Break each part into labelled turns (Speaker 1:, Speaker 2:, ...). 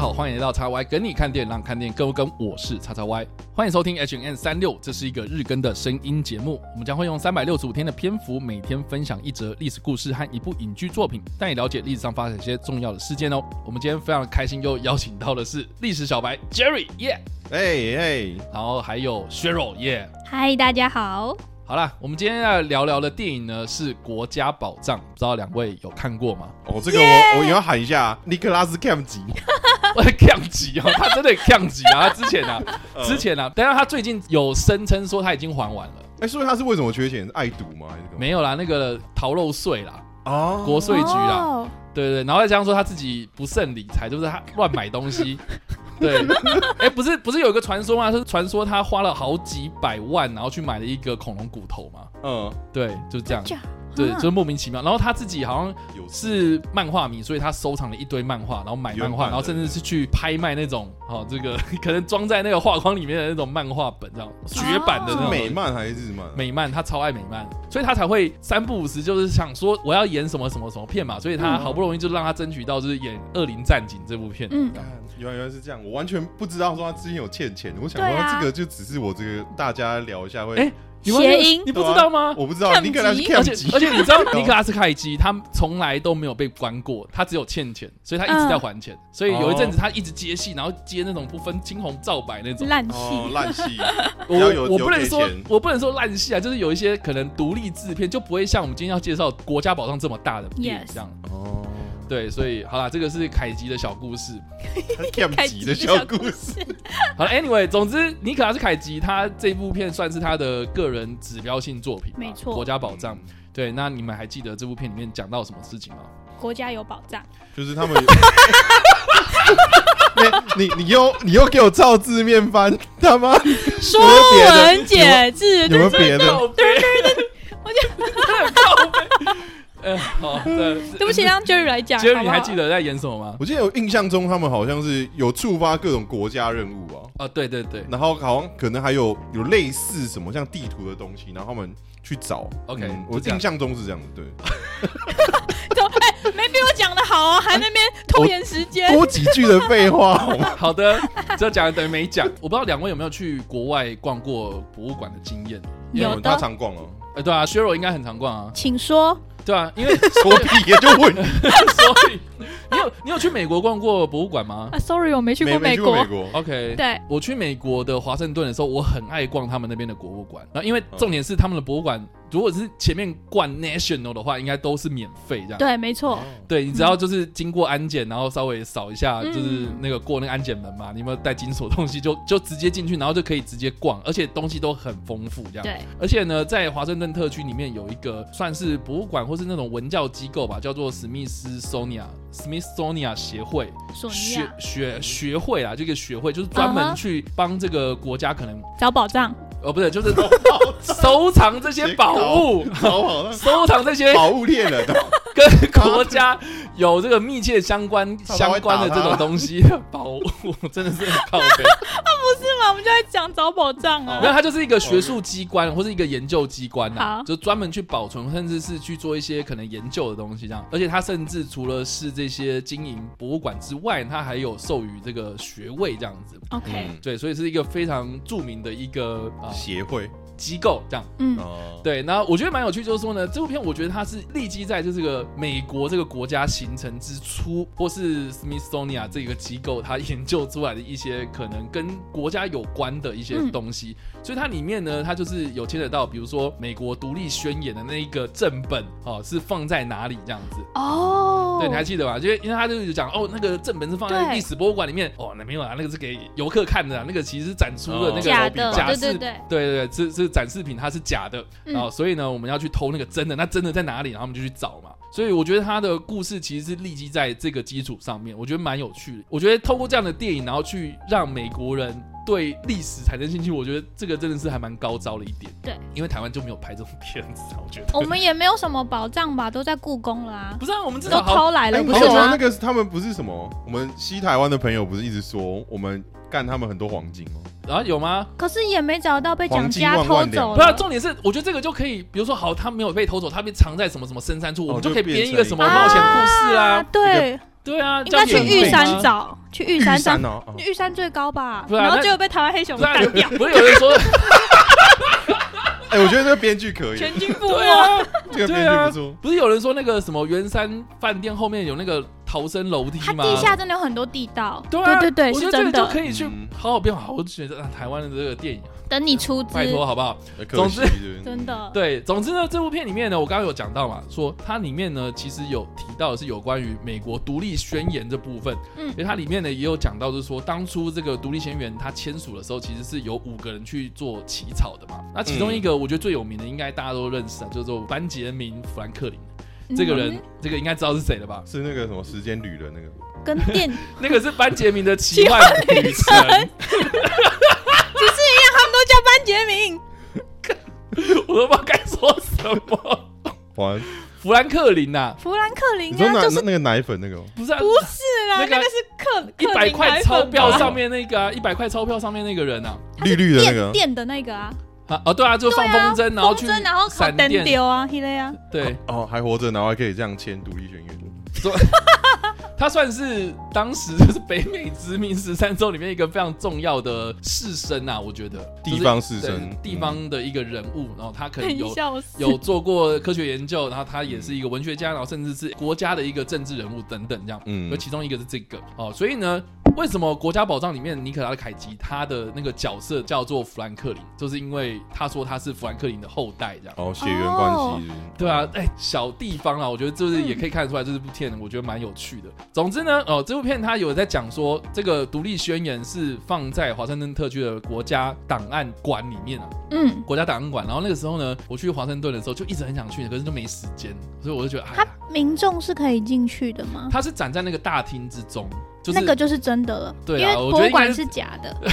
Speaker 1: 好，欢迎来到叉 Y 跟你看店，让看店更跟。我是叉叉 Y，欢迎收听 H N 三六，这是一个日更的声音节目。我们将会用三百六十五天的篇幅，每天分享一则历史故事和一部影剧作品，带你了解历史上发生一些重要的事件哦。我们今天非常开心，又邀请到的是历史小白 Jerry 耶、
Speaker 2: 哎哎，
Speaker 1: 然后还有 Cheryl 耶、
Speaker 3: 嗨，大家好。
Speaker 1: 好啦，我们今天要聊聊的电影呢是《国家宝藏》，不知道两位有看过吗？
Speaker 2: 哦，这个我我也要喊一下，尼克拉斯凯姆吉，
Speaker 1: 我很降级哦，他真的很降级啊！他之前啊，
Speaker 2: 呃嗯
Speaker 1: 之前啊，但是他最近有声称说他已经还完了，
Speaker 2: 哎，所以他是为什么缺钱？爱赌吗？还是干嘛
Speaker 1: 没有啦，那个逃漏税啦，
Speaker 2: 哦
Speaker 1: 国税局啦，
Speaker 3: 哦
Speaker 1: 对对，对然后再加上说他自己不慎理财，就是他乱买东西。对，哎，不是不是有一个传说吗？是传说他花了好几百万，然后去买了一个恐龙骨头嘛？
Speaker 2: 嗯，
Speaker 1: 对，就这样，
Speaker 3: 这样
Speaker 1: 对，
Speaker 3: 啊
Speaker 1: 就是莫名其妙。然后他自己好像
Speaker 2: 有
Speaker 1: 是漫画迷，所以他收藏了一堆漫画，然后买漫画，
Speaker 2: 原版的
Speaker 1: 然后甚至是去拍卖那种哦，这个 可能装在那个画框里面的那种漫画本，这样绝版的
Speaker 2: 是
Speaker 1: 那种
Speaker 2: 美漫还是日漫？
Speaker 1: 美漫，他超爱美漫，所以他才会三不五时就是想说我要演什么什么什么片嘛，所以他
Speaker 2: 嗯
Speaker 1: 好不容易就让他争取到就是演《恶灵战警》这部片。
Speaker 3: 嗯
Speaker 2: 干原来原来是这样，我完全不知道说他之前有欠钱，我想
Speaker 3: 对啊
Speaker 2: 说这个就只是我这个大家聊一下
Speaker 1: 哎
Speaker 2: 会，
Speaker 1: 你完全
Speaker 3: 谐音
Speaker 1: 你不知道吗？
Speaker 2: 我不知道
Speaker 3: 看不
Speaker 2: 尼克拉斯
Speaker 3: 及
Speaker 2: 凯
Speaker 1: 而
Speaker 2: 姆
Speaker 1: 且
Speaker 2: 吉
Speaker 1: 而，且你知道尼克拉斯凯基他从来都没有被关过，他只有欠钱，所以他一直在还钱，
Speaker 3: 嗯
Speaker 1: 所以有一阵
Speaker 2: 哦
Speaker 1: 子他一直接戏，然后接那种不分青红皂白那种。
Speaker 3: 烂
Speaker 2: 哦，
Speaker 3: 戏，
Speaker 2: 烂戏，比较有
Speaker 1: 我我
Speaker 2: 有
Speaker 1: 不能
Speaker 2: 给
Speaker 1: 说
Speaker 2: 钱
Speaker 1: 我不能说烂戏啊，就是有一些可能独立制片就不会像我们今天要介绍《国家宝藏》这么大的电影
Speaker 3: Yes
Speaker 1: 这样。
Speaker 2: 哦，
Speaker 1: 对，所以好啦，这个是凯吉的小故事。
Speaker 2: 凯姆吉的小故事，
Speaker 3: 事。
Speaker 1: 好了，Anyway，总之尼可拉斯凯吉他这部片算是他的个人指标性作品嘛，
Speaker 3: 没错
Speaker 1: 国家宝藏》。对，那你们还记得这部片里面讲到什么事情吗？
Speaker 3: 国家有宝藏，
Speaker 2: 就是他们。 你你你又你又给我照字面翻，他妈
Speaker 3: 说
Speaker 2: 别的
Speaker 3: 文解字
Speaker 2: 有没有别的？
Speaker 1: 告别，我就告别。呃，好，对，
Speaker 3: 对不起，让 Jerry 来讲。
Speaker 1: 杰
Speaker 3: 好
Speaker 1: 你
Speaker 3: 不好
Speaker 1: 还记？得在演什么吗？
Speaker 2: 我记得有印象中，他们好像是有触发各种国家任务啊，
Speaker 1: 哦，对对对
Speaker 2: 然后好像可能还有有类似什么像地图的东西，然后他们去找。
Speaker 1: OK，
Speaker 2: 嗯
Speaker 1: 就
Speaker 2: 我
Speaker 1: 这样
Speaker 2: 印象中是这样子，对，
Speaker 3: 都哎，没比我讲的好啊，还那边拖延时间。
Speaker 2: 多几句的废 话好吗？
Speaker 1: 好的，这讲了等于没讲。我不知道两位有没有去国外逛过博物馆的经验？
Speaker 3: 有的
Speaker 2: 因为他常逛哦，
Speaker 1: 呃，对啊，Shiro 应该很常逛啊，
Speaker 3: 请说，
Speaker 1: 对啊，因为
Speaker 2: 说屁 也就问，
Speaker 1: 所以你有你有去美国逛过博物馆吗
Speaker 3: 啊，Sorry，我没去过
Speaker 2: 没
Speaker 3: 美
Speaker 2: 去过
Speaker 3: 国
Speaker 2: 美。国，
Speaker 1: ？OK，
Speaker 3: 对，
Speaker 1: 我去美国的华盛顿的时候，我很爱逛他们那边的博物馆。然后因为重点是他们的博物馆，如果是前面逛 National 的话，应该都是免费这样。
Speaker 3: 对，没错，
Speaker 1: 对，你只要就是经过安检，然后稍微扫一下，
Speaker 3: 嗯
Speaker 1: 就是那个过那个安检门嘛，你有没有带金锁东西就就直接进去，然后就可以直接逛，而且东西都很丰富这样。
Speaker 3: 对，
Speaker 1: 而且呢，在华盛顿特区里面有一个算是博物馆或是那种文教机构吧，叫做史密斯 Sonia Smithsonian 协会
Speaker 3: 索尼啊
Speaker 1: 学
Speaker 3: 亚
Speaker 1: 学学会啊啦，这个学会就是专门
Speaker 3: 啊哈
Speaker 1: 去帮这个国家可能
Speaker 3: 找宝藏，
Speaker 1: 呃不对， 就是收藏这些宝物，
Speaker 2: 哦好好了，
Speaker 1: 收藏这些
Speaker 2: 宝物猎人哦，
Speaker 1: 跟国家有这个密切相关
Speaker 2: 他
Speaker 1: 相关的这种东西 的宝物，真的是很靠 背。
Speaker 3: 是吗？我们就在讲找宝藏
Speaker 1: 没有，
Speaker 3: 啊。
Speaker 1: 它就是一个学术机关或是一个研究机关呐、
Speaker 3: 好
Speaker 1: 就专门去保存，甚至是去做一些可能研究的东西这样。而且它甚至除了是这些经营博物馆之外，它还有授予这个学位这样子。
Speaker 3: OK，
Speaker 2: 嗯
Speaker 1: 对，所以是一个非常著名的一个啊、
Speaker 2: 协会
Speaker 1: 机构这样。
Speaker 3: 嗯，
Speaker 2: 哦，
Speaker 1: 对，那我觉得蛮有趣，就是说呢，这部片我觉得它是立基在就是这个美国这个国家形成之初，或是 Smithsonian 这个机构它研究出来的一些可能跟国家有关的一些东西，所以它里面呢，它就是有牵扯到，比如说美国独立宣言的那一个正本哦，是放在哪里这样子。
Speaker 3: 哦，
Speaker 1: 对，你还记得吧？因为因为他就是讲哦，那个正本是放在
Speaker 3: 对
Speaker 1: 历史博物馆里面，哦，那没有啊，那个是给游客看的、啊，那个其实是展出的那个
Speaker 3: 哦假的，
Speaker 1: 假
Speaker 3: 对
Speaker 1: 是
Speaker 3: 对对，
Speaker 1: 对对对，这这展示品它是假的，
Speaker 3: 嗯
Speaker 1: 然后所以呢，我们要去偷那个真的，那真的在哪里？然后我们就去找嘛。所以我觉得它的故事其实是立基在这个基础上面，我觉得蛮有趣的。我觉得透过这样的电影，然后去让美国人对历史产生兴趣，我觉得这个真的是还蛮高招的一点。
Speaker 3: 对，哦
Speaker 1: 因为台湾就没有拍这种片子啊，我觉
Speaker 3: 我
Speaker 1: 得。
Speaker 3: 们也没有什么宝藏吧，都在故宫了啊，
Speaker 1: 不是啊，我们至
Speaker 3: 都
Speaker 1: 少好
Speaker 3: 偷来了，
Speaker 2: 哎，
Speaker 3: 不
Speaker 2: 没
Speaker 3: 是
Speaker 2: 有啊，
Speaker 3: 吗
Speaker 2: 那？个是他们不是什么，我们西台湾的朋友不是一直说我们干他们很多黄金哦，
Speaker 1: 啊有吗？
Speaker 3: 可是也没找到被蒋
Speaker 2: 黄金
Speaker 3: 家
Speaker 2: 万
Speaker 3: 偷
Speaker 2: 万
Speaker 3: 走
Speaker 1: 不是啊，
Speaker 3: 了。
Speaker 1: 重点是我觉得这个就可以，比如说好，他没有被偷走，他被藏在什么什么深山处，我们
Speaker 2: 哦
Speaker 1: 就
Speaker 2: 就
Speaker 1: 可以
Speaker 2: 变
Speaker 1: 编一
Speaker 2: 成
Speaker 1: 个
Speaker 2: 一
Speaker 1: 什么
Speaker 2: 个
Speaker 1: 冒险故事啊，
Speaker 3: 对，
Speaker 1: 对啊，
Speaker 3: 应该去
Speaker 1: 叫啊免
Speaker 3: 玉
Speaker 1: 费吗
Speaker 3: 山。找，去玉山找
Speaker 2: 山，哦，哦
Speaker 3: 玉山最高吧？
Speaker 1: 啊不然啊
Speaker 3: 然后
Speaker 1: 那
Speaker 3: 结果被台湾黑熊
Speaker 1: 不是啊
Speaker 3: 干掉，
Speaker 1: 不是有 人
Speaker 3: 啊
Speaker 1: 说
Speaker 2: 哎，我觉得这个编剧可以，
Speaker 3: 全军覆
Speaker 1: 对
Speaker 3: 没。
Speaker 1: 啊，
Speaker 2: 这个
Speaker 1: 对
Speaker 2: 编
Speaker 1: 啊
Speaker 2: 剧不错。
Speaker 1: 不是有人说那个什么圆山饭店后面有那个逃生楼梯
Speaker 3: 它
Speaker 1: 吗？
Speaker 3: 地下真的有很多地道，
Speaker 1: 对啊，
Speaker 3: 对对，
Speaker 1: 我觉
Speaker 3: 是
Speaker 1: 得这
Speaker 3: 真
Speaker 1: 个就
Speaker 3: 的。
Speaker 1: 可以去
Speaker 2: 嗯
Speaker 1: 好好变好。我觉得啊台湾的这个电影，
Speaker 3: 等你出资，
Speaker 1: 拜托好不好？
Speaker 2: 哎
Speaker 1: 总
Speaker 2: 可惜
Speaker 1: 之
Speaker 2: 这
Speaker 3: 真的。
Speaker 1: 对，总之呢，这部片里面呢，我刚刚有讲到嘛，说它里面呢其实有提到的是有关于美国独立宣言这部分，
Speaker 3: 嗯
Speaker 1: 因为它里面呢也有讲到，就是说当初这个独立宣言它签署的时候，其实是有五个人去做起草的嘛。那其中一个我觉得最有名的，应该大家都认识啊，叫做班杰明·富兰克林。
Speaker 3: 嗯
Speaker 1: 这个人，这个应该知道是谁了 吧？
Speaker 2: 是那个什么时间旅人那个，
Speaker 3: 嗯跟 电，只是
Speaker 1: 那个是班杰明的奇幻旅程。
Speaker 3: 一样，他们都叫班杰明。
Speaker 1: 我都不知道该说什么。
Speaker 2: 哇，
Speaker 1: 富兰克林呐、
Speaker 3: 富兰克林
Speaker 2: 你说
Speaker 3: 啊，
Speaker 2: 奶
Speaker 3: 就是
Speaker 2: 那个奶粉那个吗？
Speaker 1: 不是啊，
Speaker 3: 不是啦，
Speaker 1: 那个
Speaker 3: 那个是克
Speaker 1: 一
Speaker 3: 克
Speaker 1: 百
Speaker 3: 林
Speaker 1: 块
Speaker 3: 奶
Speaker 1: 钞
Speaker 3: 粉吧
Speaker 1: 票上面那个啊，一百块钞票上面那个人啊，
Speaker 3: 它
Speaker 2: 绿
Speaker 3: 是
Speaker 2: 绿的那
Speaker 3: 电
Speaker 2: 个，
Speaker 3: 电的那个啊，
Speaker 1: 啊哦对啊，就放风筝，然后
Speaker 3: 风
Speaker 1: 去
Speaker 3: 筝，然啊后烤
Speaker 1: 闪
Speaker 3: 灯
Speaker 1: 电
Speaker 3: 丢啊，迄类啊，
Speaker 1: 对，
Speaker 2: 哦，还活着，然后还可以这样签独立宣言。
Speaker 1: 他算是当时就是北美殖民十三州里面一个非常重要的士绅啊，我觉得
Speaker 2: 地方士绅
Speaker 1: 就是对
Speaker 2: 嗯
Speaker 1: 地方的一个人物，然后他可能
Speaker 3: 很
Speaker 1: 有。
Speaker 3: 笑 死。
Speaker 1: 有做过科学研究，然后他也是一个文学家，然后甚至是国家的一个政治人物等等这样。
Speaker 2: 嗯
Speaker 1: 而，其中一个是这个哦，所以呢，为什么《国家宝藏》里面尼可拉的凯奇他的那个角色叫做富兰克林，就是因为他说他是富兰克林的后代这样。
Speaker 2: 哦，血缘关系是不是，
Speaker 1: 对啊，哎、小地方啊，我觉得就是也可以看得出来，这部片我觉得蛮有趣的。总之呢，哦，这部片它有在讲说，这个独立宣言是放在华盛顿特区的国家档案馆里面啊，
Speaker 3: 嗯，
Speaker 1: 国家档案馆。然后那个时候呢，我去华盛顿的时候就一直很想去，可是都没时间，所以我就觉得，哎
Speaker 3: 他
Speaker 1: 呀，
Speaker 3: 民众是可以进去的吗？
Speaker 1: 它是展在那个大厅之中，就是
Speaker 3: 那个就是真的了，
Speaker 1: 对
Speaker 3: 因
Speaker 1: 啊
Speaker 3: 为
Speaker 1: 我觉
Speaker 3: 博
Speaker 1: 得
Speaker 3: 物
Speaker 1: 应该
Speaker 3: 馆
Speaker 1: 是
Speaker 3: 是假的。哦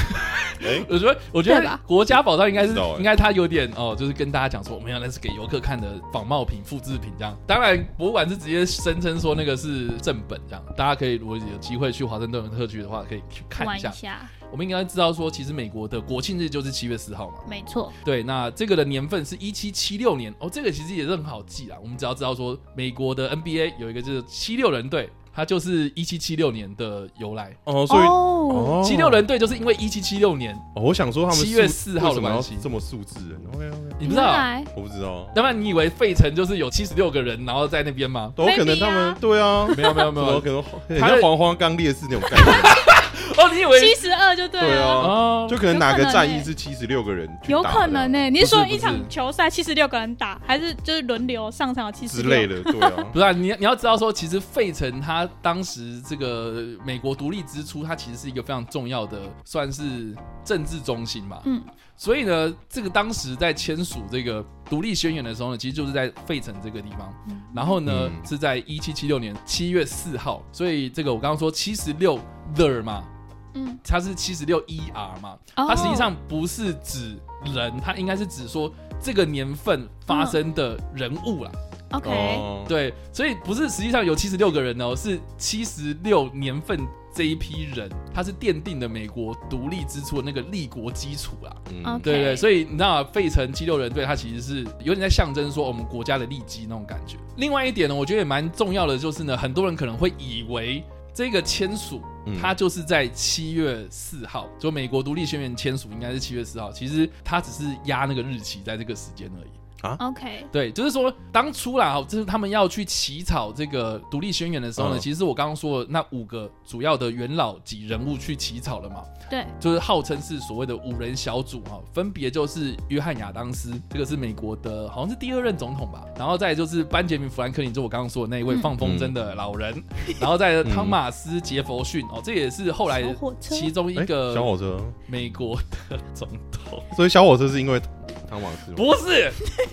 Speaker 2: 哎，
Speaker 1: 我觉得，我觉
Speaker 3: 对
Speaker 1: 得
Speaker 3: 吧
Speaker 1: 国家宝藏应该是
Speaker 2: 不知道欸
Speaker 1: 应该它有点哦，就是跟大家讲说，我们要那是给游客看的仿冒品、复制品这样。当然，博物馆是直接声称说那个是正本这样，大家可以如果有机会去华盛顿特区的话，可以去看
Speaker 3: 玩
Speaker 1: 一下。
Speaker 3: 下，
Speaker 1: 我们应该知道说，其实美国的国庆日就是七月四号嘛。
Speaker 3: 没错，
Speaker 1: 对，那这个的年份是一七七六年哦，这个其实也是很好记啦。我们只要知道说，美国的 NBA 有一个就是七六人队，它就是一七七六年的由来。
Speaker 2: 哦，所以
Speaker 3: 哦，
Speaker 2: 哦，
Speaker 1: 七六人队就是因为一七七六年，
Speaker 2: 哦，我想说他们
Speaker 1: 7月
Speaker 2: 数
Speaker 1: 4号的
Speaker 2: 为什么要
Speaker 1: 关系
Speaker 2: 这么数字，OK OK，
Speaker 1: 你不知道啊。
Speaker 3: 原来
Speaker 2: 我不知道，
Speaker 1: 要不然你以为费城就是有七十六个人，然后在那边吗？
Speaker 2: 都有可能他
Speaker 3: Maybe
Speaker 2: 们
Speaker 3: 啊
Speaker 2: 对啊，
Speaker 1: 没有没有没
Speaker 2: 有
Speaker 1: 有
Speaker 2: 可能很
Speaker 1: 他
Speaker 2: 像
Speaker 1: 的
Speaker 2: 黄花刚烈士那种概 念，
Speaker 1: 哦，你以为
Speaker 3: 七十二就对
Speaker 2: 对啊
Speaker 3: 了。
Speaker 1: 哦，
Speaker 2: 就可能哪个战役是七十六个人去打的，
Speaker 3: 欸有可能欸呢、你是说
Speaker 1: 不是
Speaker 3: 一场球赛七十六个人打，还是就是轮流上场七十
Speaker 2: 之类
Speaker 3: 六？
Speaker 2: 的， 对啊，
Speaker 1: 不是、啊、你你要知道说，其实费城它当时这个美国独立之初，它其实是一个非常重要的，算是政治中心嘛。
Speaker 3: 嗯，
Speaker 1: 所以呢，这个当时在签署这个独立宣言的时候呢，其实就是在费城这个地方。
Speaker 3: 嗯
Speaker 1: 然后呢，
Speaker 2: 嗯
Speaker 1: 是在一七七六年七月四号，所以这个我刚刚说七十六 the 嘛，
Speaker 3: 嗯，哦
Speaker 1: 它是七十六 er 嘛，它
Speaker 3: 它
Speaker 1: 实际上不是指人，它应该是指说这个年份发生的人物啦。
Speaker 3: OK，、
Speaker 2: 哦，
Speaker 1: 对，所以不是实际上有七十六个人哦，是七十六年份这一批人，他是奠定了美国独立之初的那个立国基础啦。
Speaker 2: 嗯
Speaker 3: OK
Speaker 1: 对对，所以你知道啊费城七六人队，它其实是有点在象征说我们国家的利基那种感觉。另外一点呢，我觉得也蛮重要的，就是呢，很多人可能会以为这个签署
Speaker 2: 嗯，
Speaker 1: 它就是在七月四号，就美国独立宣言签署应该是七月四号，其实它只是压那个日期在这个时间而已。
Speaker 3: OK，
Speaker 1: 对，就是说当初啦，哦就是他们要去起草这个独立宣言的时候呢，
Speaker 2: 嗯
Speaker 1: 其实我刚刚说的那五个主要的元老级人物去起草了嘛，
Speaker 3: 对，
Speaker 1: 就是号称是所谓的五人小组哈、哦，分别就是约翰亚当斯，这个是美国的，好像是第二任总统吧，然后再来就是班杰明富兰克林，就我刚刚说的那一位
Speaker 3: 嗯
Speaker 1: 放风筝的老人，
Speaker 2: 嗯
Speaker 1: 然后再来汤马斯杰佛逊哦，这也是后来
Speaker 3: 小火车
Speaker 1: 其中一
Speaker 2: 哎小
Speaker 1: 个
Speaker 2: 火车，
Speaker 1: 美国的总统。
Speaker 2: 所以小火车是因为汤马斯吗，
Speaker 1: 不是。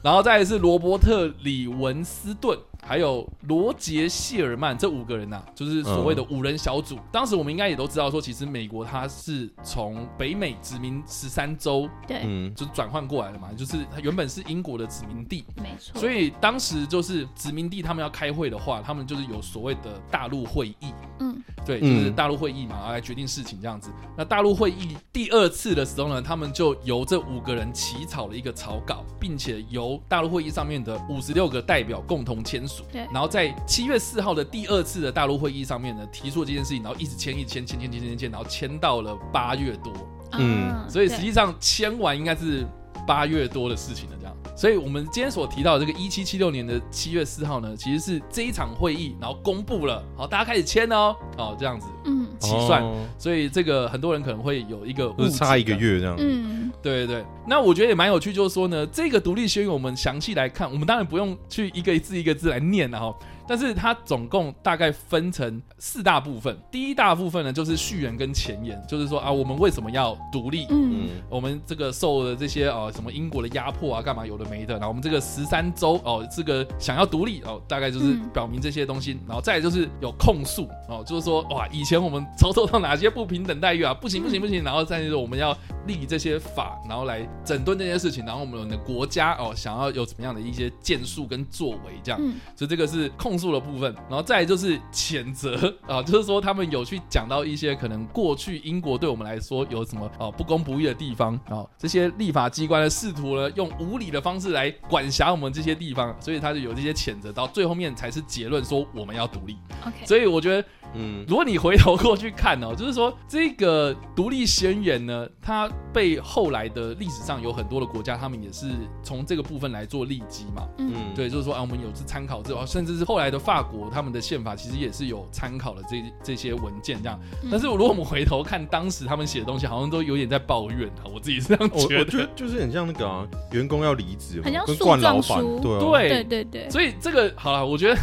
Speaker 1: 然后再来是罗伯特·里文斯顿，还有罗杰·谢尔曼这五个人呐、啊就是所谓的五人小组。当时我们应该也都知道，说其实美国它是从北美殖民十三州
Speaker 3: 对，
Speaker 2: 嗯，
Speaker 1: 就是转换过来的嘛，就是它原本是英国的殖民地，
Speaker 3: 没错。
Speaker 1: 所
Speaker 3: 以，
Speaker 1: 以当时就是殖民地他们要开会的话，他们就是有所谓的大陆会议。
Speaker 3: 嗯，
Speaker 1: 对，就是
Speaker 2: 嗯
Speaker 1: 大陆会议嘛，然后来决定事情这样子。那大陆会议第二次的时候呢，他们就由这五个人起草了一个草稿，并且由大陆会议上面的五十六个代表共同签署。
Speaker 3: 对
Speaker 1: 然后在七月四号的第二次的大陆会议上面呢，提出了这件事情，然后一直签，一直签，签签签签签，然后签到了八月多。
Speaker 2: 嗯
Speaker 3: 啊
Speaker 1: 所以
Speaker 3: 对
Speaker 1: 实际上签完应该是八月多的事情了，这样。所以我们今天所提到的这个一七七六年的七月四号呢，其实是这一场会议，然后公布了，好，大家开始签哦，好，这样子
Speaker 3: 嗯
Speaker 1: 起算。
Speaker 2: 哦
Speaker 1: 所以这个很多人可能会有一个误
Speaker 2: 就是
Speaker 1: 解
Speaker 2: 差一个，月这样。
Speaker 3: 嗯，
Speaker 1: 对对对。那我觉得也蛮有趣，就是说呢，这个独立宣言我们详细来看，我们当然不用去一个字一个字来念啊了哈，但是它总共大概分成四大部分。第一大部分呢，就是序言跟前言，就是说啊，我们为什么要独立？
Speaker 3: 嗯
Speaker 2: 嗯
Speaker 1: 我们这个受了这些呃什么英国的压迫啊，干嘛有的没的，然后我们这个十三州哦、这个想要独立哦、大概就是
Speaker 3: 嗯
Speaker 1: 表明这些东西，然后再来就是有控诉哦、就是说哇，以前我们遭受到哪些不平等待遇啊，不行不行不行，然后再就是我们要立这些法，然后来整顿这些事情，然后我们的国家哦、想要有怎么样的一些建树跟作为这样，
Speaker 3: 嗯
Speaker 1: 所以这个是控诉的部分，然后再来就是谴责啊，就是说他们有去讲到一些可能过去英国对我们来说有什么啊不公不义的地方啊，这些立法机关呢试图呢用无理的方式来管辖我们这些地方，所以他就有这些谴责，到最后面才是结论说我们要独立。
Speaker 3: ，OK，
Speaker 1: 所以我觉得
Speaker 2: 嗯，
Speaker 1: 如果你回头过去看哦，就是说这个独立宣言呢，它被后来的历史上有很多的国家，他们也是从这个部分来做例基嘛。
Speaker 2: 嗯，
Speaker 1: 对，就是说啊，我们有是参考这，哦甚至是后来的法国他们的宪法其实也是有参考了这这些文件这样。但是如果我们回头看当时他们写的东西，好像都有点在抱怨啊，我自己是这样
Speaker 2: 我
Speaker 1: 觉
Speaker 2: 我
Speaker 1: 得。
Speaker 2: 就就是很像那个啊，员工要离职嘛，
Speaker 3: 很像
Speaker 2: 跟
Speaker 3: 诉
Speaker 2: 惯老
Speaker 3: 状
Speaker 2: 板，
Speaker 3: 书
Speaker 2: 对啊，
Speaker 1: 对
Speaker 3: 对，对对，
Speaker 1: 所以这个好了，我觉得。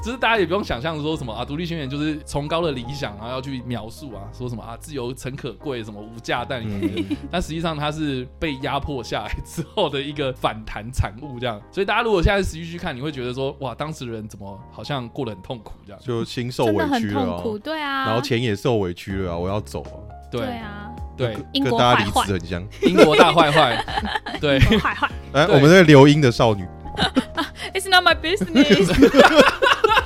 Speaker 1: 就是大家也不用想象说什么啊，独立宣言就是崇高的理想啊，要去描述啊，说什么啊，自由诚可贵，什么无价但有
Speaker 2: 嗯，
Speaker 1: 但实际上它是被压迫下来之后的一个反弹产物，这样。所以大家如果现在实际去看，你会觉得说，哇，当时的人怎么好像过得很痛苦这样？
Speaker 2: 就心受
Speaker 1: 哦
Speaker 3: 真
Speaker 2: 委
Speaker 3: 的很
Speaker 2: 屈了
Speaker 3: 痛
Speaker 2: 啊，
Speaker 3: 苦，对啊，
Speaker 2: 然后钱也受委屈了啊，我要走啊，
Speaker 1: 对
Speaker 3: 对啊，
Speaker 1: 对，
Speaker 3: 英
Speaker 2: 跟
Speaker 3: 国
Speaker 2: 大家
Speaker 3: 坏
Speaker 2: 离
Speaker 3: 坏，
Speaker 2: 职很像。
Speaker 1: 英国大坏坏，对，
Speaker 3: 英国 坏坏
Speaker 2: 哎，
Speaker 1: 对
Speaker 2: 我们那个留英的少女，
Speaker 3: ，It's not my business 。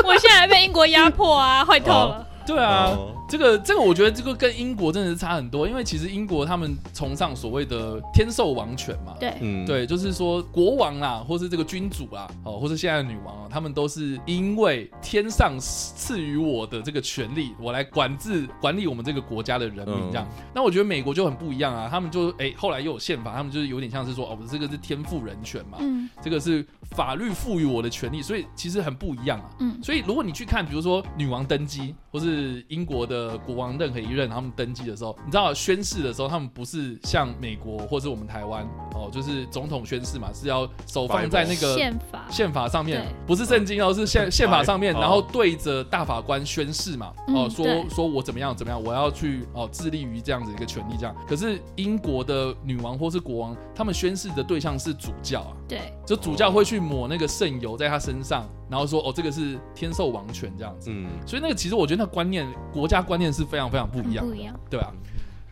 Speaker 3: 我现在被英国压迫啊，坏透了。
Speaker 1: 对啊
Speaker 2: 哦，
Speaker 1: 这个这个，我觉得这个跟英国真的是差很多，因为其实英国他们崇尚所谓的天授王权嘛，
Speaker 3: 对，
Speaker 2: 嗯，
Speaker 1: 对，就是说国王啦，或是这个君主啦，哦，或是现在的女王啊，他们都是因为天上赐予我的这个权利，我来管制管理我们这个国家的人民这样。那我觉得美国就很不一样啊，他们就哎、后来又有宪法，他们就是有点像是说哦，这个是天赋人权嘛，
Speaker 3: 嗯
Speaker 1: 这个是法律赋予我的权利，所以其实很不一样啊。
Speaker 3: 嗯
Speaker 1: 所以，如果你去看，比如说女王登基，或是英国的国王任何一任，他们登基的时候，你知道宣誓的时候，他们不是像美国或是我们台湾哦，就是总统宣誓嘛，是要手放在那个
Speaker 3: 宪法，
Speaker 1: 宪法上面
Speaker 3: 对，
Speaker 1: 不是圣经哦，是宪宪法上面，
Speaker 2: 哦
Speaker 1: 然后对着大法官宣誓嘛，哦，
Speaker 3: 嗯
Speaker 1: 说
Speaker 3: 对
Speaker 1: 说我怎么样怎么样，我要去哦致力于这样子一个权利这样。可是英国的女王或是国王，他们宣誓的对象是主教啊。
Speaker 3: 对，
Speaker 1: 就主教会去抹那个圣油在他身上，然后说哦，这个是天授王权这样子。
Speaker 2: 嗯，
Speaker 1: 所以那个其实我觉得那观念，国家观念是非常非常不一样
Speaker 3: 很
Speaker 1: 的
Speaker 3: 不一样。
Speaker 1: 对啊。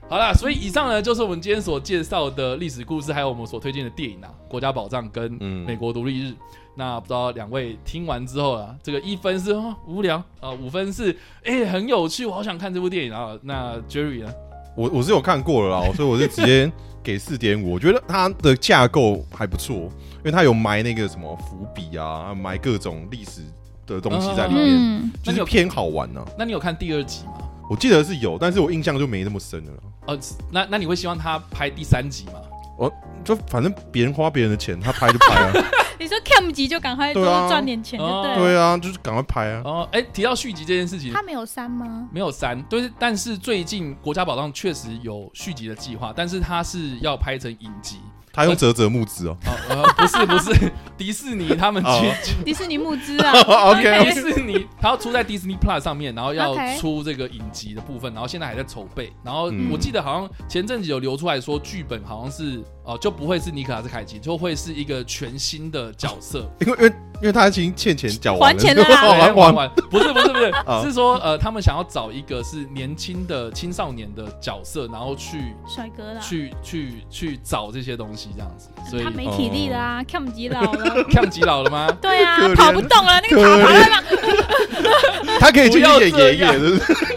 Speaker 1: 好啦，所以以上呢就是我们今天所介绍的历史故事，还有我们所推荐的电影啊，《国家宝藏》跟
Speaker 2: 嗯
Speaker 1: 《美国独立日》。那不知道两位听完之后啊，这个一分是、哦、无聊啊，五分是哎、很有趣，我好想看这部电影啊。那 Jerry 呢？
Speaker 2: 我我是有看过了啦，所以我是直 接给四点五。我觉得它的架构还不错，因为它有埋那个什么伏笔啊，埋各种历史的东西在里面，
Speaker 3: 嗯，
Speaker 1: 那你
Speaker 2: 就是
Speaker 1: 有
Speaker 2: 偏好玩呢、
Speaker 1: 那你有看第二集吗？
Speaker 2: 我记得是有，但是我印象就没那么深了啦。
Speaker 1: 哦，那那你会希望他拍第三集吗？
Speaker 2: 就反正别人花别人的钱，他拍就拍 啊，
Speaker 3: 你说 cam 级就赶快多
Speaker 2: 对啊
Speaker 3: 赚点钱就对了。
Speaker 2: 对啊，就是赶快拍啊。
Speaker 1: 哦，哎、提到续集这件事情，
Speaker 3: 他没有删吗？
Speaker 1: 没有删，对，但是最近国家宝藏确实有续集的计划，但是它是要拍成影集
Speaker 2: 他用泽泽木子 哦。
Speaker 1: 啊、 呃，不是不是，迪士尼他们
Speaker 2: 哦
Speaker 1: 去。
Speaker 3: 迪士尼募资啊
Speaker 2: OK，
Speaker 1: 迪士尼，它要出在 Disney Plus 上面，然后要
Speaker 3: OK
Speaker 1: 出这个影集的部分，然后现在还在筹备。然后
Speaker 2: 嗯
Speaker 1: 我记得好像前阵子有流出来说，剧本好像是哦、呃就不会是尼可拉斯凯奇，就会是一个全新的角色。
Speaker 2: 因为因为因为他已经欠钱缴完
Speaker 3: 还钱了啦
Speaker 1: 对
Speaker 2: 还
Speaker 1: 玩
Speaker 2: 完
Speaker 1: 完，不是不是不是，
Speaker 2: 啊
Speaker 1: 是说呃，他们想要找一个是年轻的青少年的角色，然后去
Speaker 3: 帅哥啦，
Speaker 1: 去去去找这些东西，这样子，所以。
Speaker 3: 啊嗯他没体力啦，cam 级老了
Speaker 1: 看极老了吗？
Speaker 3: 对啊
Speaker 2: 哦可，怜
Speaker 3: 跑不动了，那个塔
Speaker 2: 可
Speaker 3: 爬
Speaker 2: 怜
Speaker 3: 到那
Speaker 2: 他可以进去
Speaker 1: 不
Speaker 2: 演
Speaker 1: 要这
Speaker 2: 爷
Speaker 1: 样
Speaker 2: 爷，对不对？
Speaker 3: 哎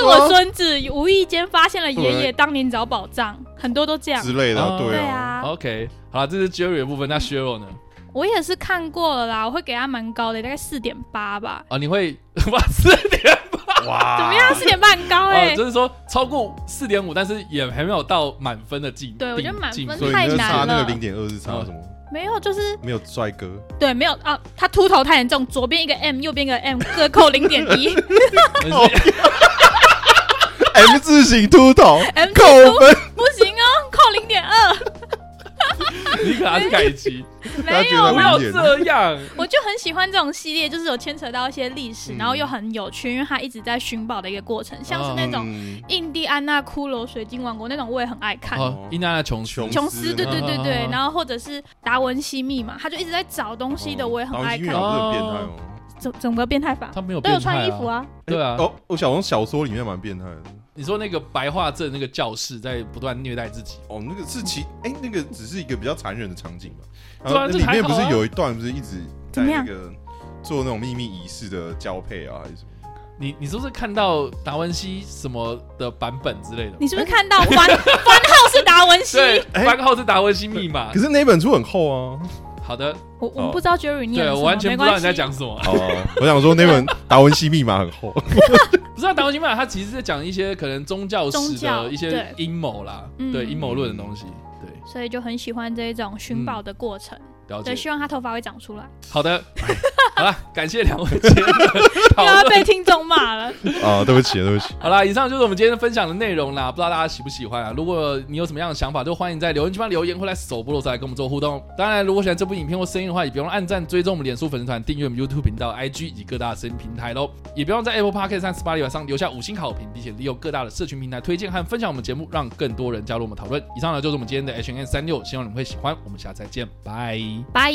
Speaker 3: 我孙子无意间发现了爷
Speaker 2: 对
Speaker 3: 爷当年找宝藏，很多都这样。
Speaker 2: 之类的啊，
Speaker 1: 哦
Speaker 2: 对
Speaker 3: 对
Speaker 2: 啊，
Speaker 3: 啊，
Speaker 1: OK，好啦，这是 Jerry 的部分，那 Cheryl 呢？
Speaker 3: 我也是看过了啦，我会给他蛮高的，大概四点八吧。
Speaker 1: 啊，你会 哇四点
Speaker 3: 怎么
Speaker 2: 哇，
Speaker 3: 样？四点八很高哎、
Speaker 1: 啊，就是说超过四点五，但是也还没有到满分的进。
Speaker 3: 对我觉得满分
Speaker 1: 进
Speaker 2: 所以
Speaker 3: 太
Speaker 2: 你就
Speaker 3: 难
Speaker 2: 差那个
Speaker 3: 了
Speaker 2: 零点二是差什么？
Speaker 3: 没有，就是
Speaker 2: 没有帅哥，
Speaker 3: 对，没有啊，他秃头太严重，左边一个 M，右边一个 M，各扣零点
Speaker 1: 你
Speaker 3: 一
Speaker 1: 是
Speaker 2: M 字型秃头
Speaker 3: ，M
Speaker 2: 扣
Speaker 3: 字
Speaker 2: 分，
Speaker 3: 不行哦，扣零点二，
Speaker 1: 你可还是改 期，
Speaker 2: 他
Speaker 3: 没
Speaker 2: 觉得
Speaker 3: 有
Speaker 1: 不
Speaker 3: 啦。
Speaker 1: 要这样。
Speaker 3: 我就很喜欢这种系列，就是有牵扯到一些历史，
Speaker 2: 嗯
Speaker 3: 然后又很有趣，因为它一直在寻宝的一个过程，像是那种
Speaker 2: 嗯
Speaker 3: 印第安纳骷髅水晶王国那种，我也很爱 看。
Speaker 1: 哦，伊娜娜琼琼
Speaker 2: 琼
Speaker 3: 琼斯，对对对对，
Speaker 1: 嗯
Speaker 3: 然后或者是达文西密码，他就一直在找东西的，我也很爱
Speaker 2: 然
Speaker 3: 看
Speaker 1: 哦。
Speaker 2: 后音乐老师很变态哦。
Speaker 3: 整整个变态法
Speaker 1: 她没有
Speaker 3: 都有
Speaker 1: 变态
Speaker 3: 穿衣服，啊，
Speaker 1: 对啊。
Speaker 2: 哦，我小红小说里面蛮变态的。
Speaker 1: 你说那个白化症那个教室在不断虐待自己，
Speaker 2: 哦，那个是其哎、那个只是一个比较残忍的场景吧。然
Speaker 1: 对啊
Speaker 2: 后那
Speaker 1: 这
Speaker 2: 里
Speaker 1: 还
Speaker 2: 面
Speaker 1: 好
Speaker 2: 不是
Speaker 1: 啊
Speaker 2: 有一段不是一直在
Speaker 3: 怎么
Speaker 2: 那
Speaker 3: 样
Speaker 2: 个做那种秘密仪式的交配啊，还是什么？
Speaker 1: 你你是不是看到达文西什么的版本之类的？
Speaker 3: 你是不是看到番番号是达文西？
Speaker 1: 对，
Speaker 2: 哎
Speaker 1: 番号是达文西密码
Speaker 2: 可。是那本书很 厚啊。
Speaker 1: 好的，
Speaker 3: 我我
Speaker 2: 哦
Speaker 3: 们不知道 Jerry 念
Speaker 1: 对
Speaker 3: 了什
Speaker 1: 我
Speaker 3: 么
Speaker 1: 完全
Speaker 3: 没
Speaker 1: 不知道你
Speaker 3: 关系
Speaker 1: 在讲什么。
Speaker 2: 哦、我想说那本达文西密码很厚。
Speaker 1: 不是啊，达文西密码它其实在讲一些可能宗教
Speaker 3: 宗
Speaker 1: 史
Speaker 3: 教
Speaker 1: 的一些
Speaker 3: 对
Speaker 1: 阴谋啦，
Speaker 3: 嗯
Speaker 1: 对阴谋论的东西。对，
Speaker 3: 所以就很喜欢这一种寻宝的过程。
Speaker 1: 嗯了
Speaker 3: 对，
Speaker 1: 解。
Speaker 3: 希望他头发会长出来，
Speaker 1: 好 的，好啦，感谢两位今天的
Speaker 3: 又
Speaker 1: 讨
Speaker 3: 要
Speaker 1: 论。
Speaker 3: 被听众骂 了。
Speaker 2: 啊，对不起，对不起。
Speaker 1: 好啦，以上就是我们今天分享的内容啦，不知道大家喜不喜欢啊？如果你有什么样的想法，就欢迎在留言区帮留言，或来首播的时候来跟我们做互动。当然，如果喜欢这部影片或声音的话，也别忘了按赞、追踪我们脸书粉丝团、订阅我们 YouTube 频道、IG 以及各大声音平台喽。也别忘在 Apple Podcast 和 Spotify 上留下五星好评，并且利用各大的社群平台推荐和分享我们节目，让更多人加入我们讨论。以上呢就是我们今天的 H N 三六，希望你们会喜欢。我们下次再见，拜。
Speaker 3: 拜。